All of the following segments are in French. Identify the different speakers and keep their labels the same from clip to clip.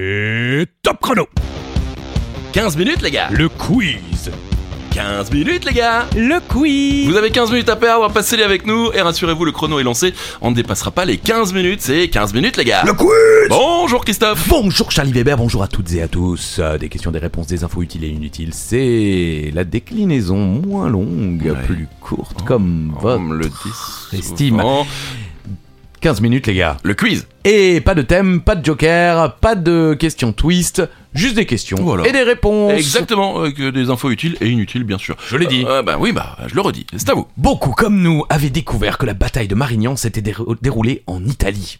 Speaker 1: Et top chrono
Speaker 2: 15 minutes, les gars
Speaker 1: Le quiz
Speaker 2: 15 minutes, les gars
Speaker 3: Le quiz
Speaker 2: Vous avez 15 minutes à perdre, passez-les avec nous et rassurez-vous, le chrono est lancé. On ne dépassera pas les 15 minutes, c'est 15 minutes, les gars
Speaker 1: quiz
Speaker 2: Bonjour Christophe
Speaker 3: Bonjour Charlie Weber, bonjour à toutes et à tous. Euh, Des questions, des réponses, des infos utiles et inutiles, c'est la déclinaison moins longue,
Speaker 2: Ouais.
Speaker 3: plus courte, comme
Speaker 2: On me
Speaker 3: votre
Speaker 2: le dit
Speaker 3: estime.
Speaker 2: souvent.
Speaker 3: 15 minutes les gars.
Speaker 2: Le quiz
Speaker 3: Et pas de thème, pas de joker, pas de questions twist, juste des questions
Speaker 2: Voilà.
Speaker 3: et des réponses.
Speaker 2: Exactement, avec euh, des infos utiles et inutiles, bien sûr.
Speaker 3: Je l'ai dit.
Speaker 2: Euh, bah oui, bah je le redis, c'est à vous.
Speaker 3: Beaucoup comme nous avaient découvert que la bataille de Marignan s'était dérou- déroulée en Italie.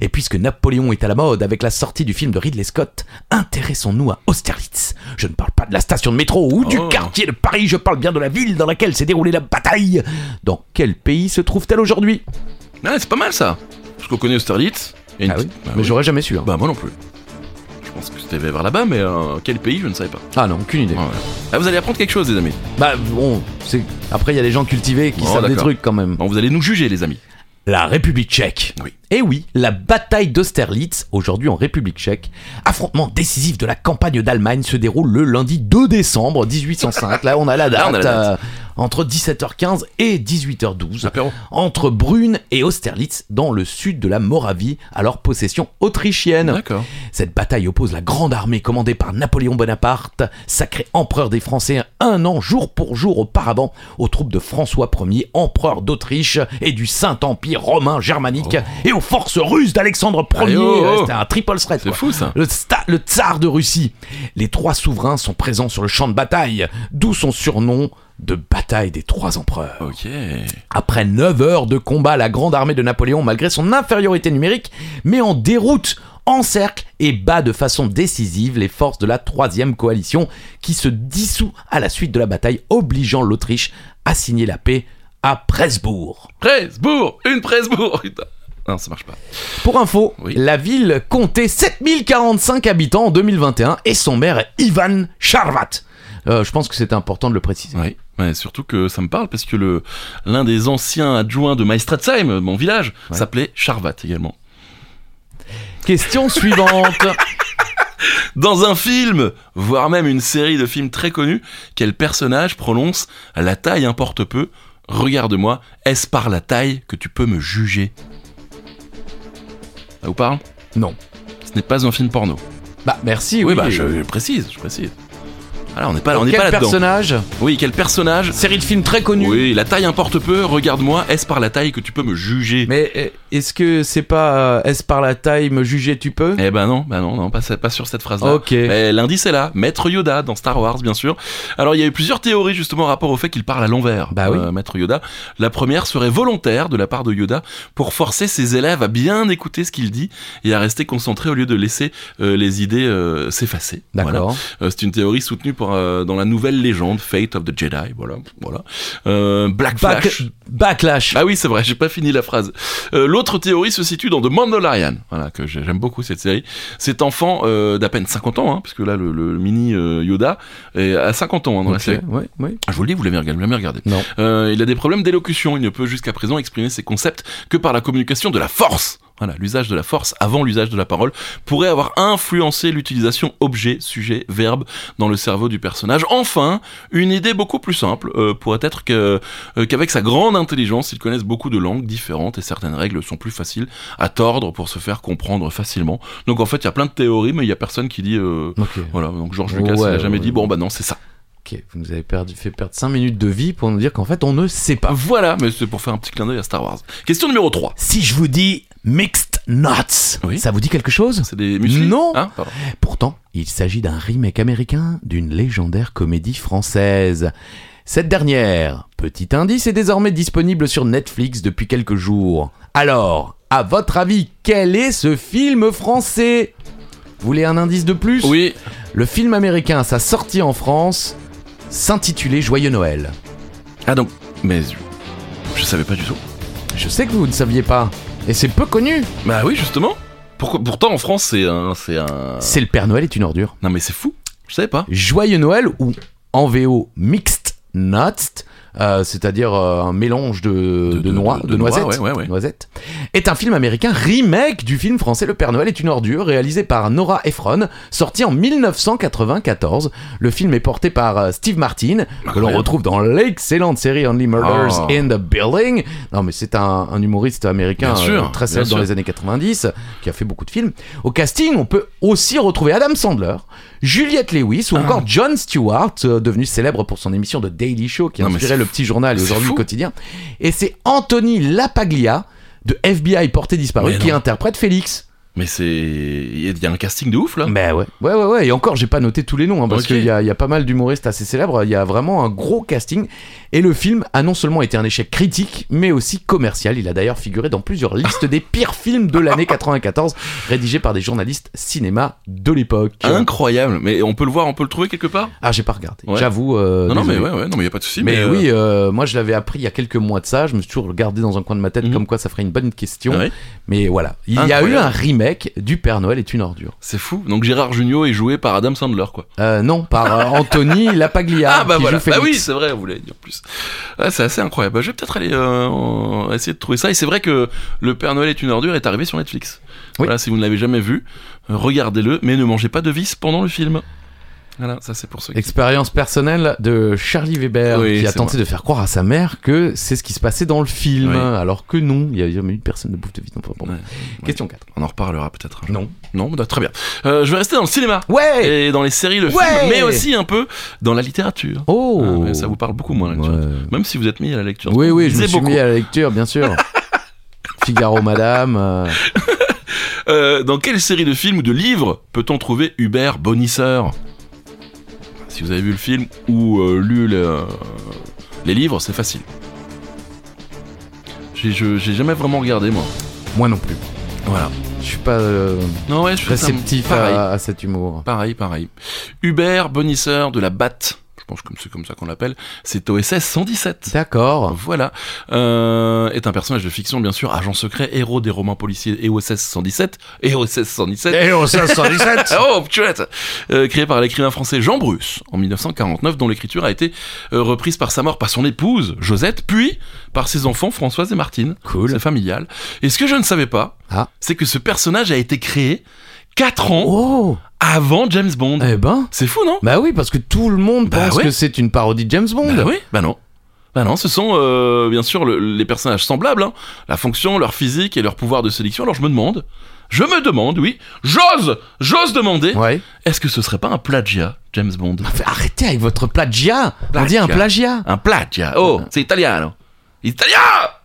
Speaker 3: Et puisque Napoléon est à la mode avec la sortie du film de Ridley Scott, intéressons-nous à Austerlitz. Je ne parle pas de la station de métro ou du
Speaker 2: Oh.
Speaker 3: quartier de Paris, je parle bien de la ville dans laquelle s'est déroulée la bataille. Dans quel pays se trouve-t-elle aujourd'hui
Speaker 2: Ah, c'est pas mal ça Parce qu'on connaît Austerlitz. et une
Speaker 3: Ah oui,
Speaker 2: petite- bah
Speaker 3: mais j'aurais jamais su. hein.
Speaker 2: Bah moi non plus. Je pense que c'était vers là-bas, mais euh, quel pays, je ne savais pas.
Speaker 3: Ah non, aucune idée.
Speaker 2: Ah, voilà. Ah, vous allez apprendre quelque chose, les amis.
Speaker 3: Bah bon, c'est après il y a des gens cultivés qui
Speaker 2: Bon,
Speaker 3: savent des
Speaker 2: Oh, d'accord.
Speaker 3: trucs quand même.
Speaker 2: Bon, vous allez nous juger, les amis.
Speaker 3: La République tchèque.
Speaker 2: Oui.
Speaker 3: Et oui, la bataille d'Austerlitz, aujourd'hui en République tchèque, affrontement décisif de la campagne d'Allemagne, se déroule le lundi 2 décembre 1805. Là, on a la date.
Speaker 2: Là, on a la date.
Speaker 3: euh, entre 17h15 et 18h12,
Speaker 2: Apéro.
Speaker 3: entre Brune et Austerlitz, dans le sud de la Moravie, alors possession autrichienne.
Speaker 2: D'accord.
Speaker 3: Cette bataille oppose la grande armée commandée par Napoléon Bonaparte, sacré empereur des Français un an jour pour jour auparavant, aux troupes de François Ier, empereur d'Autriche et du Saint-Empire romain germanique, et aux forces russes d'Alexandre
Speaker 2: Oh. Allez,
Speaker 3: Ier.
Speaker 2: oh, oh.
Speaker 3: C'était un triple threat.
Speaker 2: C'est
Speaker 3: quoi.
Speaker 2: fou ça.
Speaker 3: Le, sta- le tsar de Russie. Les trois souverains sont présents sur le champ de bataille, d'où son surnom de bataille des trois empereurs.
Speaker 2: Ok.
Speaker 3: Après 9 heures de combat, la grande armée de Napoléon, malgré son infériorité numérique, met en déroute, encercle et bat de façon décisive les forces de la troisième coalition qui se dissout à la suite de la bataille, obligeant l'Autriche à signer la paix à Presbourg.
Speaker 2: Presbourg Une Presbourg Putain. Non, ça marche pas.
Speaker 3: Pour info,
Speaker 2: Oui.
Speaker 3: la ville comptait 7045 habitants en 2021 et son maire est Ivan Charvat. Euh, je pense que c'est important de le préciser.
Speaker 2: Oui. Ouais, surtout que ça me parle parce que le l'un des anciens adjoints de Maestratzheim, mon village,
Speaker 3: Ouais.
Speaker 2: s'appelait Charvat également.
Speaker 3: Question suivante.
Speaker 2: Dans un film, voire même une série de films très connus, quel personnage prononce La taille importe peu Regarde-moi, est-ce par la taille que tu peux me juger Ça vous parle
Speaker 3: Non.
Speaker 2: Ce n'est pas un film porno.
Speaker 3: Bah merci,
Speaker 2: Oui,
Speaker 3: oui.
Speaker 2: bah,
Speaker 3: euh,
Speaker 2: je, je précise, je précise. Alors, on n'est pas, on n'est
Speaker 3: Quel
Speaker 2: pas là-dedans.
Speaker 3: personnage
Speaker 2: Oui, quel personnage
Speaker 3: Série de films très connue.
Speaker 2: Oui, la taille importe peu, regarde-moi, est-ce par la taille que tu peux me juger
Speaker 3: Mais euh, est-ce que c'est pas euh, est-ce par la taille me juger tu peux
Speaker 2: Eh ben non, bah non, non, pas, pas sur cette phrase-là.
Speaker 3: Ok.
Speaker 2: Mais Lundi, c'est là, Maître Yoda dans Star Wars, bien sûr. Alors, il y a eu plusieurs théories justement en rapport au fait qu'il parle à l'envers, euh,
Speaker 3: Bah oui.
Speaker 2: Maître Yoda. La première serait volontaire de la part de Yoda pour forcer ses élèves à bien écouter ce qu'il dit et à rester concentrés au lieu de laisser euh, les idées euh, s'effacer. Voilà.
Speaker 3: D'accord.
Speaker 2: Euh, c'est une théorie soutenue par, euh, dans la nouvelle légende Fate of the Jedi. Voilà, voilà. Euh, Black
Speaker 3: Bac-
Speaker 2: Flash.
Speaker 3: backlash.
Speaker 2: Ah oui, c'est vrai, j'ai pas fini la phrase. Euh, L'autre théorie se situe dans The Mandalorian, voilà, que j'ai- j'aime beaucoup cette série. Cet enfant euh, d'à peine 50 ans, hein, parce que là, le, le mini euh, Yoda est à 50 ans hein, dans la
Speaker 3: Ok,
Speaker 2: série.
Speaker 3: ouais, ouais.
Speaker 2: Ah, Je vous le dis, vous l'avez regardé, vous l'avez regardé.
Speaker 3: Non.
Speaker 2: Euh, il a des problèmes d'élocution, il ne peut jusqu'à présent exprimer ses concepts que par la communication de la force. Voilà, l'usage de la force avant l'usage de la parole pourrait avoir influencé l'utilisation objet, sujet, verbe dans le cerveau du personnage. Enfin, une idée beaucoup plus simple euh, pourrait être que, euh, qu'avec sa grande intelligence, il connaisse beaucoup de langues différentes et certaines règles sont plus faciles à tordre pour se faire comprendre facilement. Donc en fait, il y a plein de théories, mais il y a personne qui dit... euh,
Speaker 3: Ok.
Speaker 2: voilà, donc George Lucas il
Speaker 3: Ouais,
Speaker 2: a jamais
Speaker 3: ouais.
Speaker 2: dit, bon bah non, c'est ça.
Speaker 3: Ok, vous nous avez perdu, fait perdre 5 minutes de vie pour nous dire qu'en fait on ne sait pas.
Speaker 2: Voilà, mais c'est pour faire un petit clin d'œil à Star Wars. Question numéro 3.
Speaker 3: Si je vous dis mixed nuts,
Speaker 2: Oui.
Speaker 3: ça vous dit quelque chose
Speaker 2: C'est des muesli
Speaker 3: Non.
Speaker 2: Hein Pardon.
Speaker 3: Pourtant, il s'agit d'un remake américain d'une légendaire comédie française. Cette dernière, petit indice, est désormais disponible sur Netflix depuis quelques jours. Alors, à votre avis, quel est ce film français Vous voulez un indice de plus
Speaker 2: Oui,
Speaker 3: Le film américain, à sa sortie en France, s'intitulait Joyeux Noël.
Speaker 2: ah donc, mais je, je savais pas du tout.
Speaker 3: Je sais que vous ne saviez pas, et c'est peu connu.
Speaker 2: Bah oui, justement. Pourquoi, pourtant, en France, c'est un, c'est un.
Speaker 3: C'est le Père Noël est une ordure.
Speaker 2: Non, mais c'est fou. Je savais pas.
Speaker 3: Joyeux Noël ou en VO Mixed Nuts euh, c'est-à-dire euh, un mélange de,
Speaker 2: De-
Speaker 3: de
Speaker 2: de-
Speaker 3: noix,
Speaker 2: de-
Speaker 3: de,
Speaker 2: de noix,
Speaker 3: noisettes,
Speaker 2: ouais, ouais, ouais.
Speaker 3: noisettes, est un film américain remake du film français Le Père Noël est une ordure, réalisé par Nora Ephron, sorti en 1994. Le film est porté par euh, Steve Martin, que l'on
Speaker 2: Incroyable.
Speaker 3: retrouve dans l'excellente série Only Murders
Speaker 2: Ah.
Speaker 3: in the Building. Non, mais c'est un, un humoriste américain
Speaker 2: Bien sûr,
Speaker 3: euh, très
Speaker 2: bien
Speaker 3: célèbre dans
Speaker 2: sûr.
Speaker 3: les années 90, qui a fait beaucoup de films. Au casting, on peut aussi retrouver Adam Sandler, Juliette Lewis
Speaker 2: Ah.
Speaker 3: ou encore John Stewart, euh, devenu célèbre pour son émission de Daily Show qui
Speaker 2: Non, mais
Speaker 3: inspirait
Speaker 2: c'est
Speaker 3: le petit journal et
Speaker 2: c'est
Speaker 3: aujourd'hui le
Speaker 2: fou.
Speaker 3: quotidien. Et c'est Anthony Lapaglia de FBI porté disparu
Speaker 2: Mais
Speaker 3: qui
Speaker 2: non.
Speaker 3: interprète Félix.
Speaker 2: Mais c'est. Il y a un casting de ouf là.
Speaker 3: Mais Ben ouais. Ouais, ouais, ouais. Et encore, j'ai pas noté tous les noms hein, parce
Speaker 2: Hein Ok.
Speaker 3: qu'il y a, il y a pas mal d'humoristes assez célèbres. Il y a vraiment un gros casting. Et le film a non seulement été un échec critique, mais aussi commercial. Il a d'ailleurs figuré dans plusieurs listes des pires films de l'année 94 rédigées par des journalistes cinéma de l'époque.
Speaker 2: Incroyable. Mais on peut le voir, on peut le trouver quelque part
Speaker 3: Ah, j'ai pas regardé.
Speaker 2: Ouais.
Speaker 3: J'avoue. euh,
Speaker 2: Non, non, mais
Speaker 3: désolé.
Speaker 2: ouais, ouais, non, mais y a pas de souci.
Speaker 3: Mais,
Speaker 2: euh,
Speaker 3: oui, euh, moi je l'avais appris il y a quelques mois de ça. Je me suis toujours regardé dans un coin de ma tête
Speaker 2: Mhm.
Speaker 3: comme quoi ça ferait une bonne question.
Speaker 2: Ah ouais,
Speaker 3: Mais voilà, il y a eu
Speaker 2: Incroyable.
Speaker 3: un remake du Père Noël est une ordure.
Speaker 2: c'est fou. Donc Gérard Jugnot est joué par Adam Sandler, quoi.
Speaker 3: Euh, non, par euh, Anthony Lapaglia.
Speaker 2: Ah, bah
Speaker 3: qui
Speaker 2: voilà.
Speaker 3: joue Félix.
Speaker 2: Bah oui, c'est vrai, on voulait dire plus. Ah, c'est assez incroyable. Bah, je vais peut-être aller euh, en- essayer de trouver ça. Et c'est vrai que Le Père Noël est une ordure est arrivé sur Netflix.
Speaker 3: Oui.
Speaker 2: Voilà, si vous ne l'avez jamais vu, euh, regardez-le, mais ne mangez pas de vis pendant le film. Voilà, ça c'est pour ceux qui.
Speaker 3: Expérience personnelle de Charlie Weber
Speaker 2: Oui,
Speaker 3: qui a
Speaker 2: c'est
Speaker 3: tenté de faire croire à sa mère que c'est ce qui se passait dans le film,
Speaker 2: Oui.
Speaker 3: alors que non, il y a jamais eu de personne de bouffe de vie. non, pas pour moi.
Speaker 2: Ouais, ouais.
Speaker 3: Question 4.
Speaker 2: On en reparlera peut-être. un jour.
Speaker 3: Non.
Speaker 2: Non, bah, très bien. Euh, je vais rester dans le cinéma.
Speaker 3: Ouais
Speaker 2: Et dans les séries, le
Speaker 3: Ouais
Speaker 2: film, mais aussi un peu dans la littérature.
Speaker 3: Oh
Speaker 2: Ah, mais ça vous parle beaucoup moins la lecture.
Speaker 3: Ouais.
Speaker 2: Même si vous êtes mis à la lecture.
Speaker 3: Oui, oui, je me
Speaker 2: Lisez
Speaker 3: suis
Speaker 2: beaucoup.
Speaker 3: mis à la lecture, bien sûr. Figaro Madame. euh,
Speaker 2: Euh, dans quelle série de films ou de livres peut-on trouver Hubert Bonisseur Si vous avez vu le film ou euh, lu le- les livres, c'est facile. J'ai je- j'ai jamais vraiment regardé moi.
Speaker 3: Moi non plus.
Speaker 2: Voilà.
Speaker 3: Je suis pas euh,
Speaker 2: Non ouais, je suis
Speaker 3: réceptif
Speaker 2: pareil.
Speaker 3: à, à cet humour.
Speaker 2: Pareil, pareil. Hubert Bonisseur de la Batte. Je pense que c'est comme ça qu'on l'appelle. C'est OSS 117.
Speaker 3: D'accord.
Speaker 2: Voilà, Euh, est un personnage de fiction, bien sûr, agent secret, héros des romans policiers et OSS 117, et OSS 117,
Speaker 3: Et au 517
Speaker 2: oh, chouette Euh, Créé par l'écrivain français Jean Bruce en 1949, dont l'écriture a été euh, reprise par sa mort par son épouse, Josette, puis par ses enfants, Françoise et Martine.
Speaker 3: Cool.
Speaker 2: C'est familial. Et ce que je ne savais pas,
Speaker 3: Ah.
Speaker 2: c'est que ce personnage a été créé 4 ans
Speaker 3: Oh
Speaker 2: avant James Bond.
Speaker 3: Eh ben
Speaker 2: C'est fou, non
Speaker 3: Bah oui, parce que tout le monde
Speaker 2: Bah
Speaker 3: pense
Speaker 2: ouais.
Speaker 3: que c'est une parodie de James Bond.
Speaker 2: Bah oui, bah non. Bah non, ce sont euh, bien sûr le- les personnages semblables, hein. la fonction, leur physique et leur pouvoir de sélection. Alors je me demande, je me demande, oui, j'ose, j'ose demander,
Speaker 3: Ouais.
Speaker 2: est-ce que ce serait pas un plagiat, James Bond
Speaker 3: Fait, Arrêtez avec votre plagiat. On dit un plagiat.
Speaker 2: Un plagiat Oh, c'est italien Italien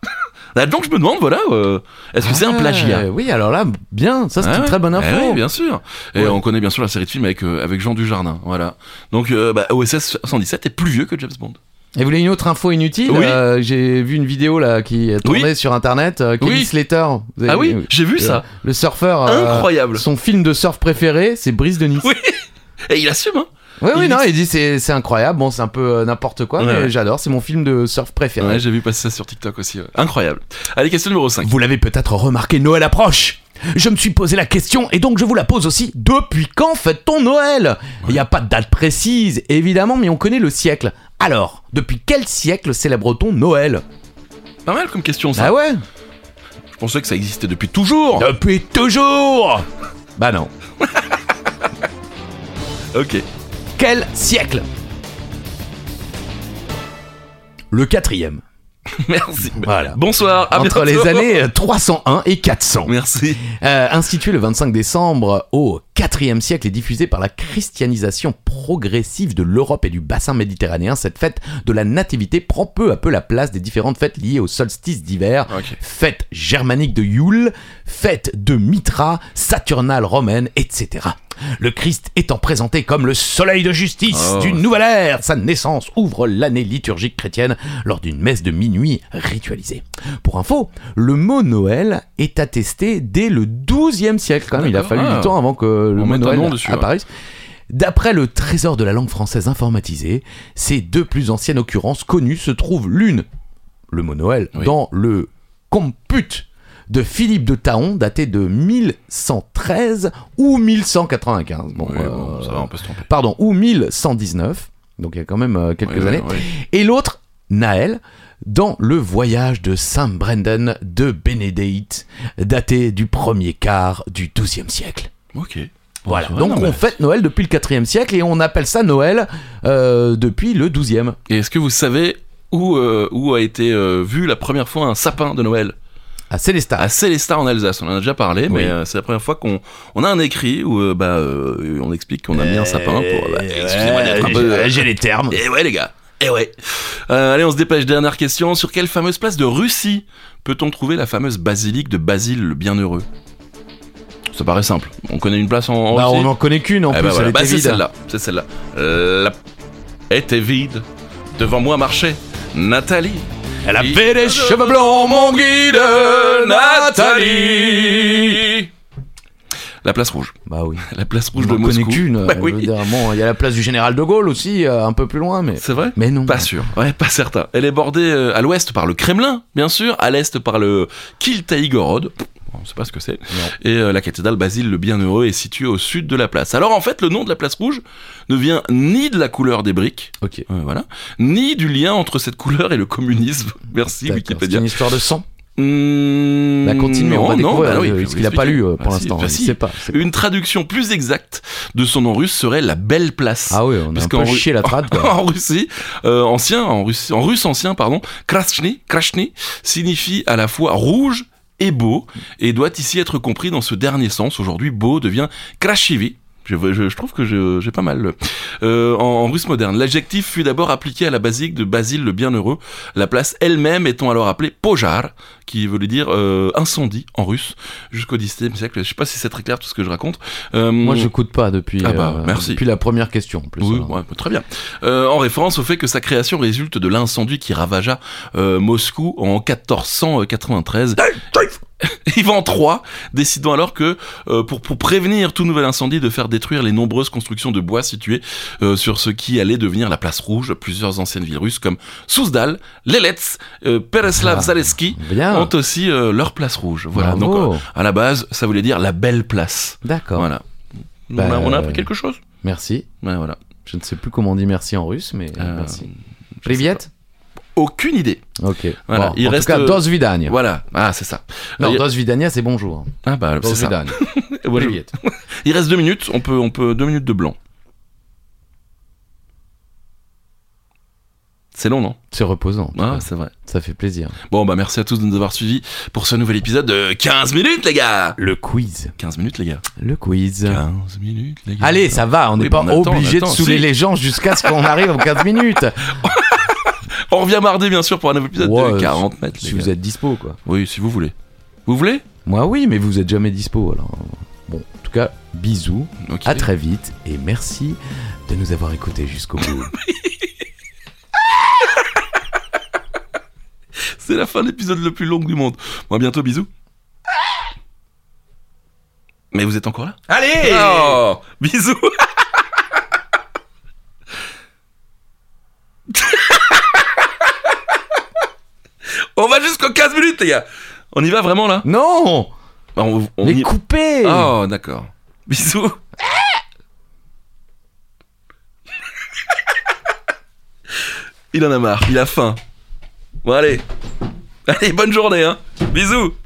Speaker 2: Bah, Donc je me demande, voilà, euh, est-ce que c'est un
Speaker 3: Ah,
Speaker 2: plagiat
Speaker 3: Oui, alors là, bien, ça c'est
Speaker 2: Ah
Speaker 3: une
Speaker 2: ouais.
Speaker 3: très bonne info.
Speaker 2: Eh oui, bien sûr. Et
Speaker 3: Ouais.
Speaker 2: on connaît bien sûr la série de films avec, euh, avec Jean Dujardin. Voilà. Donc euh, bah, OSS 117 est plus vieux que James Bond.
Speaker 3: Et vous voulez une autre info inutile
Speaker 2: Oui.
Speaker 3: Euh, J'ai vu une vidéo là qui tournait sur internet. euh, Kelly
Speaker 2: Oui.
Speaker 3: Slater. Vous avez-
Speaker 2: Ah oui, j'ai vu ça.
Speaker 3: Le surfeur. euh,
Speaker 2: Incroyable.
Speaker 3: Son film de surf préféré, c'est Brise de Nice.
Speaker 2: Oui. Et il assume, hein
Speaker 3: Oui, oui,
Speaker 2: Il
Speaker 3: non,
Speaker 2: dit-
Speaker 3: il dit c'est c'est incroyable. Bon, c'est un peu euh, n'importe quoi,
Speaker 2: Ouais,
Speaker 3: mais
Speaker 2: ouais.
Speaker 3: j'adore. C'est mon film de surf préféré.
Speaker 2: Ouais, j'ai vu passer ça sur TikTok aussi. ouais. Incroyable. Allez, question numéro 5.
Speaker 3: Vous l'avez peut-être remarqué, Noël approche. Je me suis posé la question et donc je vous la pose aussi. Depuis quand fête-t-on Noël Il n'y a pas de date précise, évidemment, mais on connaît le siècle. Alors, depuis quel siècle célèbre-t-on Noël
Speaker 2: Pas mal comme question ça.
Speaker 3: Ah ouais
Speaker 2: Je pensais que ça existait depuis toujours.
Speaker 3: Depuis toujours Bah non. Ah.
Speaker 2: Ok.
Speaker 3: Quel siècle Le quatrième.
Speaker 2: Merci.
Speaker 3: Voilà.
Speaker 2: Bonsoir. à
Speaker 3: Entre les
Speaker 2: bientôt.
Speaker 3: années euh, 301 et 400.
Speaker 2: Merci.
Speaker 3: Euh, institué le 25 décembre au IVe siècle et diffusé par la christianisation progressive de l'Europe et du bassin méditerranéen, cette fête de la nativité prend peu à peu la place des différentes fêtes liées au solstice d'hiver.
Speaker 2: Ok.
Speaker 3: Fête germanique de Yule, fête de Mitra, Saturnale romaine, etc. Le Christ étant présenté comme le soleil de justice
Speaker 2: Oh.
Speaker 3: d'une nouvelle ère, sa naissance ouvre l'année liturgique chrétienne lors d'une messe de minuit ritualisée. Pour info, le mot Noël est attesté dès le 12e siècle quand même. Il a
Speaker 2: D'accord.
Speaker 3: fallu
Speaker 2: Ah.
Speaker 3: du temps avant que le
Speaker 2: On
Speaker 3: mot
Speaker 2: mette un
Speaker 3: Noël
Speaker 2: nom dessus, ouais.
Speaker 3: apparaisse. D'après le Trésor de la langue française informatisée, ces deux plus anciennes occurrences connues se trouvent l'une, le mot Noël,
Speaker 2: Oui.
Speaker 3: dans le Compute de Philippe de Taon, daté de 1113 ou 1195. Bon,
Speaker 2: Oui,
Speaker 3: euh,
Speaker 2: bon, ça va, on peut se tromper.
Speaker 3: pardon, ou 1119, donc il y a quand même euh, quelques
Speaker 2: Ouais,
Speaker 3: années.
Speaker 2: ouais, ouais.
Speaker 3: Et l'autre, Naël dans Le voyage de Saint Brendan de Bénédicte, daté du premier quart du XIIe siècle.
Speaker 2: Ok.
Speaker 3: Voilà,
Speaker 2: Ouais,
Speaker 3: donc
Speaker 2: non,
Speaker 3: on
Speaker 2: mais-
Speaker 3: fête Noël depuis le IVe siècle et on appelle ça Noël euh, depuis le XIIe.
Speaker 2: Et est-ce que vous savez où, euh, où a été euh, vu la première fois un sapin de Noël
Speaker 3: à Célestat.
Speaker 2: à Célestat en Alsace. On en a déjà parlé, mais
Speaker 3: Oui.
Speaker 2: euh, c'est la première fois qu'on on a un écrit où euh, bah, euh, on explique qu'on a mis un sapin pour. bah, excusez-moi d'être un peu.
Speaker 3: Eh J'ai les termes.
Speaker 2: Eh ouais, les gars. Eh ouais. Euh, allez, on se dépêche. Dernière question. Sur quelle fameuse place de Russie peut-on trouver la fameuse basilique de Basile le Bienheureux Ça paraît simple. On connaît une place en, en
Speaker 3: Bah, on
Speaker 2: Russie
Speaker 3: n'en connaît qu'une en
Speaker 2: Eh ben
Speaker 3: plus,
Speaker 2: voilà.
Speaker 3: elle
Speaker 2: Bah,
Speaker 3: était
Speaker 2: c'est
Speaker 3: vide.
Speaker 2: celle-là. C'est celle-là. La... était vide. Devant moi marchait Nathalie.
Speaker 3: Elle
Speaker 2: Il-
Speaker 3: avait les cheveux blancs, mon guide,
Speaker 2: Euh,
Speaker 3: Nathalie.
Speaker 2: La place rouge.
Speaker 3: Bah oui,
Speaker 2: La place rouge
Speaker 3: on
Speaker 2: de
Speaker 3: n'en connaît
Speaker 2: Moscou.
Speaker 3: qu'une. euh,
Speaker 2: Bah
Speaker 3: je
Speaker 2: oui.
Speaker 3: veux dire, bon, il y a la place du général de Gaulle aussi, euh, un peu plus loin, mais
Speaker 2: C'est vrai
Speaker 3: mais non.
Speaker 2: Pas sûr, ouais, pas certain. Elle est bordée euh, à l'ouest par le Kremlin, bien sûr, à l'est par le Kiltaïgorod. On sait pas ce que c'est. Et euh, la cathédrale Basile le Bienheureux est située au sud de la place. Alors en fait, le nom de la place rouge ne vient ni de la couleur des briques,
Speaker 3: Ok.
Speaker 2: euh, voilà, ni du lien entre cette couleur et le communisme. Merci
Speaker 3: D'accord, C'est
Speaker 2: Wikipédia.
Speaker 3: une histoire de sang.
Speaker 2: Mmh,
Speaker 3: Bah continue, on va
Speaker 2: non,
Speaker 3: découvrir
Speaker 2: bah oui,
Speaker 3: euh,
Speaker 2: je vais
Speaker 3: ce
Speaker 2: vous
Speaker 3: qu'il a pas
Speaker 2: expliquer.
Speaker 3: lu euh,
Speaker 2: Ah,
Speaker 3: pour
Speaker 2: si,
Speaker 3: l'instant.
Speaker 2: bah,
Speaker 3: Il
Speaker 2: si.
Speaker 3: sait pas. c'est-
Speaker 2: Une traduction plus exacte de son nom russe serait la belle place.
Speaker 3: Ah oui, on a un
Speaker 2: Puisqu'en
Speaker 3: peu
Speaker 2: Ru-
Speaker 3: chié la trad. quoi.
Speaker 2: en Russie, euh, ancien, en, Russie, en russe ancien, pardon, krashny, krashny signifie à la fois rouge et beau, et doit ici être compris dans ce dernier sens. Aujourd'hui, beau devient krashivi. Je, je- je trouve que je- j'ai pas mal. le- Euh, en, en russe moderne, l'adjectif fut d'abord appliqué à la basilique de Basile le Bienheureux, la place elle-même étant alors appelée Pojar, qui veut dire euh, incendie en russe, jusqu'au XVIIe siècle. Je sais pas si c'est très clair tout ce que je raconte. Euh,
Speaker 3: Moi, je coûte pas depuis.
Speaker 2: Ah bah,
Speaker 3: euh,
Speaker 2: merci.
Speaker 3: Depuis la première question, en plus. hein.
Speaker 2: oui,
Speaker 3: alors.
Speaker 2: ouais, très bien. Euh, en référence au fait que sa création résulte de l'incendie qui ravagea euh, Moscou en 1493. Ivan III décidant alors que euh, pour, pour prévenir tout nouvel incendie de faire détruire les nombreuses constructions de bois situées euh, sur ce qui allait devenir la place rouge, plusieurs anciennes villes russes comme Souzdal, Lelets, euh, Pereslav
Speaker 3: Ah.
Speaker 2: Zaleski
Speaker 3: Bien.
Speaker 2: ont aussi euh, leur place rouge. Voilà. Donc
Speaker 3: Bravo.
Speaker 2: euh, à la base, ça voulait dire la belle place.
Speaker 3: D'accord.
Speaker 2: Voilà. On
Speaker 3: Bah,
Speaker 2: a- on a
Speaker 3: euh,
Speaker 2: appris quelque chose
Speaker 3: Merci.
Speaker 2: Ouais, voilà.
Speaker 3: Je ne sais plus comment on dit merci en russe, mais euh,
Speaker 2: Euh,
Speaker 3: merci.
Speaker 2: je sais
Speaker 3: Privet
Speaker 2: Aucune idée.
Speaker 3: Ok.
Speaker 2: Voilà,
Speaker 3: Bon,
Speaker 2: il
Speaker 3: en
Speaker 2: reste,
Speaker 3: tout cas,
Speaker 2: euh,
Speaker 3: dos vidania.
Speaker 2: Voilà, ah c'est ça.
Speaker 3: Non,
Speaker 2: il-
Speaker 3: dos vidania, c'est bonjour. hein.
Speaker 2: Ah bah
Speaker 3: Dos
Speaker 2: c'est ça.
Speaker 3: vidania.
Speaker 2: Voilà.
Speaker 3: Privet.
Speaker 2: Il reste deux minutes, on peut, on peut deux minutes de blanc. C'est long, non
Speaker 3: C'est reposant. en tout
Speaker 2: Ah,
Speaker 3: cas.
Speaker 2: c'est vrai.
Speaker 3: Ça fait plaisir.
Speaker 2: Bon, bah merci à tous de nous avoir suivis pour ce nouvel épisode de 15 minutes, les gars
Speaker 3: Le quiz.
Speaker 2: 15 minutes, les gars.
Speaker 3: Le quiz.
Speaker 2: 15 minutes, les gars.
Speaker 3: Allez, ça va, on n'est
Speaker 2: Ah. Oui,
Speaker 3: pas
Speaker 2: bon, on attend,
Speaker 3: obligé
Speaker 2: on
Speaker 3: de
Speaker 2: attend,
Speaker 3: saouler
Speaker 2: si.
Speaker 3: les gens jusqu'à ce qu'on arrive en 15 minutes.
Speaker 2: On revient mardi, bien sûr, pour un nouvel épisode
Speaker 3: Ouais,
Speaker 2: de 40 mètres, les
Speaker 3: si
Speaker 2: gars.
Speaker 3: vous êtes dispo, quoi.
Speaker 2: Oui, si vous voulez. Vous voulez
Speaker 3: Moi, oui, mais vous êtes jamais dispo, alors. Bon, en tout cas, bisous,
Speaker 2: Ok.
Speaker 3: à très vite, et merci de nous avoir écoutés jusqu'au bout.
Speaker 2: C'est la fin de l'épisode le plus long du monde. Bon, à bientôt, bisous. Mais vous êtes encore là Allez oh, Bisous On va jusqu'aux 15 minutes, les gars On y va vraiment là Bah,
Speaker 3: non
Speaker 2: on, on
Speaker 3: Mais
Speaker 2: y-
Speaker 3: coupez
Speaker 2: Oh, d'accord. Bisous Il en a marre, il a faim. Bon, allez Allez, bonne journée, hein Bisous